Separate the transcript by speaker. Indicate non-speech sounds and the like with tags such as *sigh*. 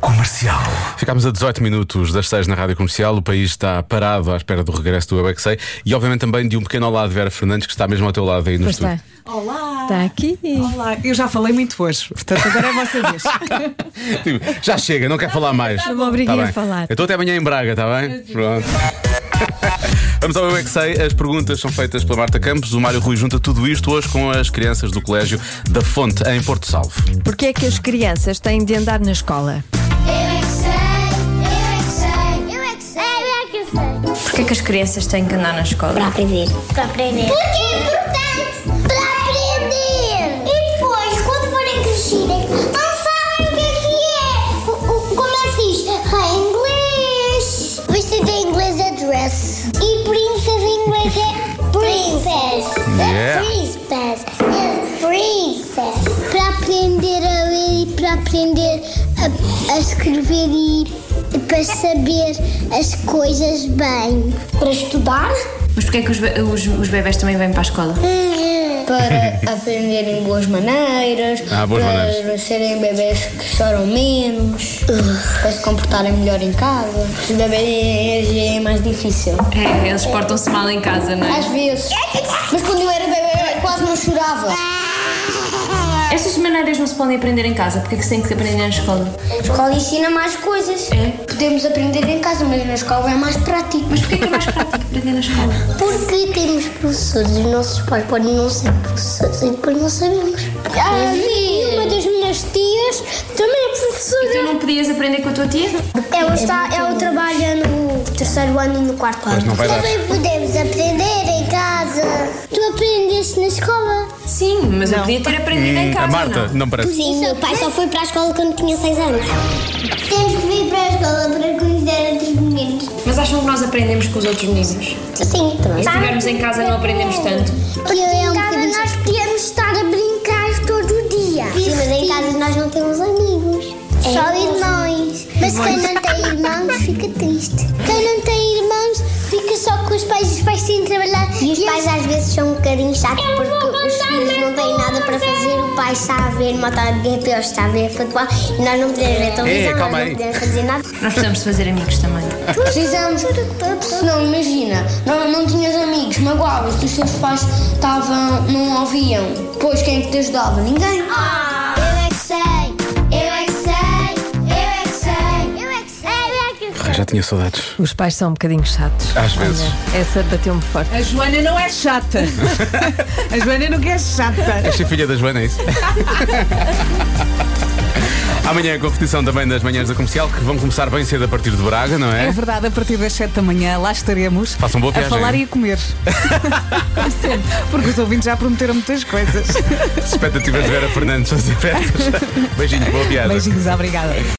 Speaker 1: Comercial.
Speaker 2: Ficámos a 18 minutos das 6 na Rádio Comercial. O país está parado à espera do regresso do Eu É Que Sei e, obviamente, também de um pequeno olá de Vera Fernandes, que está mesmo ao teu lado aí no
Speaker 3: Pois
Speaker 2: estúdio.
Speaker 3: está,
Speaker 4: Olá!
Speaker 3: está aqui.
Speaker 4: Olá, eu já falei muito hoje, portanto agora é a vossa vez.
Speaker 2: Tipo, já chega, não quer falar mais.
Speaker 3: Não me obriguei
Speaker 2: Tá bem.
Speaker 3: a falar.
Speaker 2: Eu estou até amanhã em Braga, está bem? Pronto. *laughs* Vamos ao Eu é que Sei. As perguntas são feitas pela Marta Campos. O Mário Rui junta tudo isto hoje com as crianças do Colégio da Fonte, em Porto Salvo.
Speaker 3: Porquê é que as crianças têm de andar na escola?
Speaker 5: Eu é que sei, eu é que sei, eu é que sei, eu é que sei.
Speaker 6: Porquê que as crianças têm que andar na escola?
Speaker 5: Para aprender. Para aprender. Porque é importante para aprender. E depois, quando forem crescerem, não sabem o que é que é. O, o, como é que se diz? Em inglês. Vestido em inglês é dress. E princess em inglês é *laughs* princess.
Speaker 2: Yeah.
Speaker 5: Princess. É Princess. Para aprender a ler e para aprender a, a escrever e, e para saber as coisas bem. Para estudar?
Speaker 6: Mas porquê é que os, be- os, os bebés também vêm para a escola?
Speaker 5: *laughs*
Speaker 7: para aprenderem boas maneiras,
Speaker 2: Ah, boas
Speaker 7: para
Speaker 2: maneiras.
Speaker 7: serem bebês que choram menos, para se comportarem melhor em casa. Os bebês é mais difícil.
Speaker 6: É, eles portam-se mal em casa, não é?
Speaker 7: Às vezes. Mas quando eu era bebê eu quase não chorava.
Speaker 6: Essas maneiras não se podem aprender em casa, porquê que se tem que se aprender na escola?
Speaker 5: A escola ensina mais coisas.
Speaker 7: Podemos aprender em casa, mas na escola é mais prático.
Speaker 6: Mas porquê que é mais prático aprender na escola?
Speaker 5: Porque temos professores e os nossos pais podem não ser professores e depois não sabemos. Ah, e uma das minhas tias também é
Speaker 6: E
Speaker 5: professora.
Speaker 6: tu não podias aprender com a tua tia?
Speaker 5: Ela, está, ela trabalha é no terceiro ano e no quarto ano.
Speaker 2: não vai dar.
Speaker 5: Também podemos aprender em casa. Tu aprendeste na escola?
Speaker 6: Sim, mas eu podia ter aprendido em casa.
Speaker 2: Hum, a Marta, não, parece.
Speaker 5: Sim, meu pai só foi para a escola quando tinha 6 anos. Temos que vir para a escola para conhecer outros meninos.
Speaker 6: Mas acham que nós aprendemos com os outros meninos?
Speaker 5: Sim, também.
Speaker 6: Se estivermos em casa não aprendemos tanto.
Speaker 5: Porque em casa nós podíamos estar a brincar todo o dia. É Sim, mas em casa nós não temos amigos. Só irmãos. Mas quem não tem irmãos fica triste. Quem não tem irmãos fica só com os pais. Os pais têm de trabalhar. E os pais às vezes são um bocadinho chatos porque os filhos não têm nada para fazer. O pai está a ver uma tarde de GP ou está a ver futebol e nós não podemos ver televisão, nós
Speaker 2: É, calma aí.
Speaker 5: não podemos fazer nada.
Speaker 6: Nós precisamos de fazer amigos também.
Speaker 7: Precisamos. Senão, imagina, não, não tinhas amigos, magoavas, os teus pais estavam, não ouviam. Pois quem é que te ajudava? Ninguém.
Speaker 5: Eu é que sei, eu é que sei, eu é que sei, eu é que sei, eu é que
Speaker 2: Ah, já tinha saudades.
Speaker 3: Os pais são um bocadinho chatos.
Speaker 2: Às vezes.
Speaker 3: Olha, essa bateu-me forte.
Speaker 4: A Joana não é *laughs* chata. A Joana não é chata.
Speaker 2: Esta filha da Joana, é
Speaker 4: *laughs*
Speaker 2: isso? Amanhã é a competição também das manhãs da comercial, que vão começar bem cedo a partir de Braga, não
Speaker 4: É
Speaker 2: é?
Speaker 4: verdade, a partir das 7 da manhã lá estaremos
Speaker 2: Façam boa
Speaker 4: a
Speaker 2: viagem.
Speaker 4: falar e
Speaker 2: *laughs*
Speaker 4: a comer. Como sempre, porque os ouvintes já prometeram muitas coisas.
Speaker 2: É
Speaker 4: *laughs*
Speaker 2: Expectativas de Vera Fernandes, são diversas. Beijinhos, boa viagem.
Speaker 4: Beijinhos, obrigada.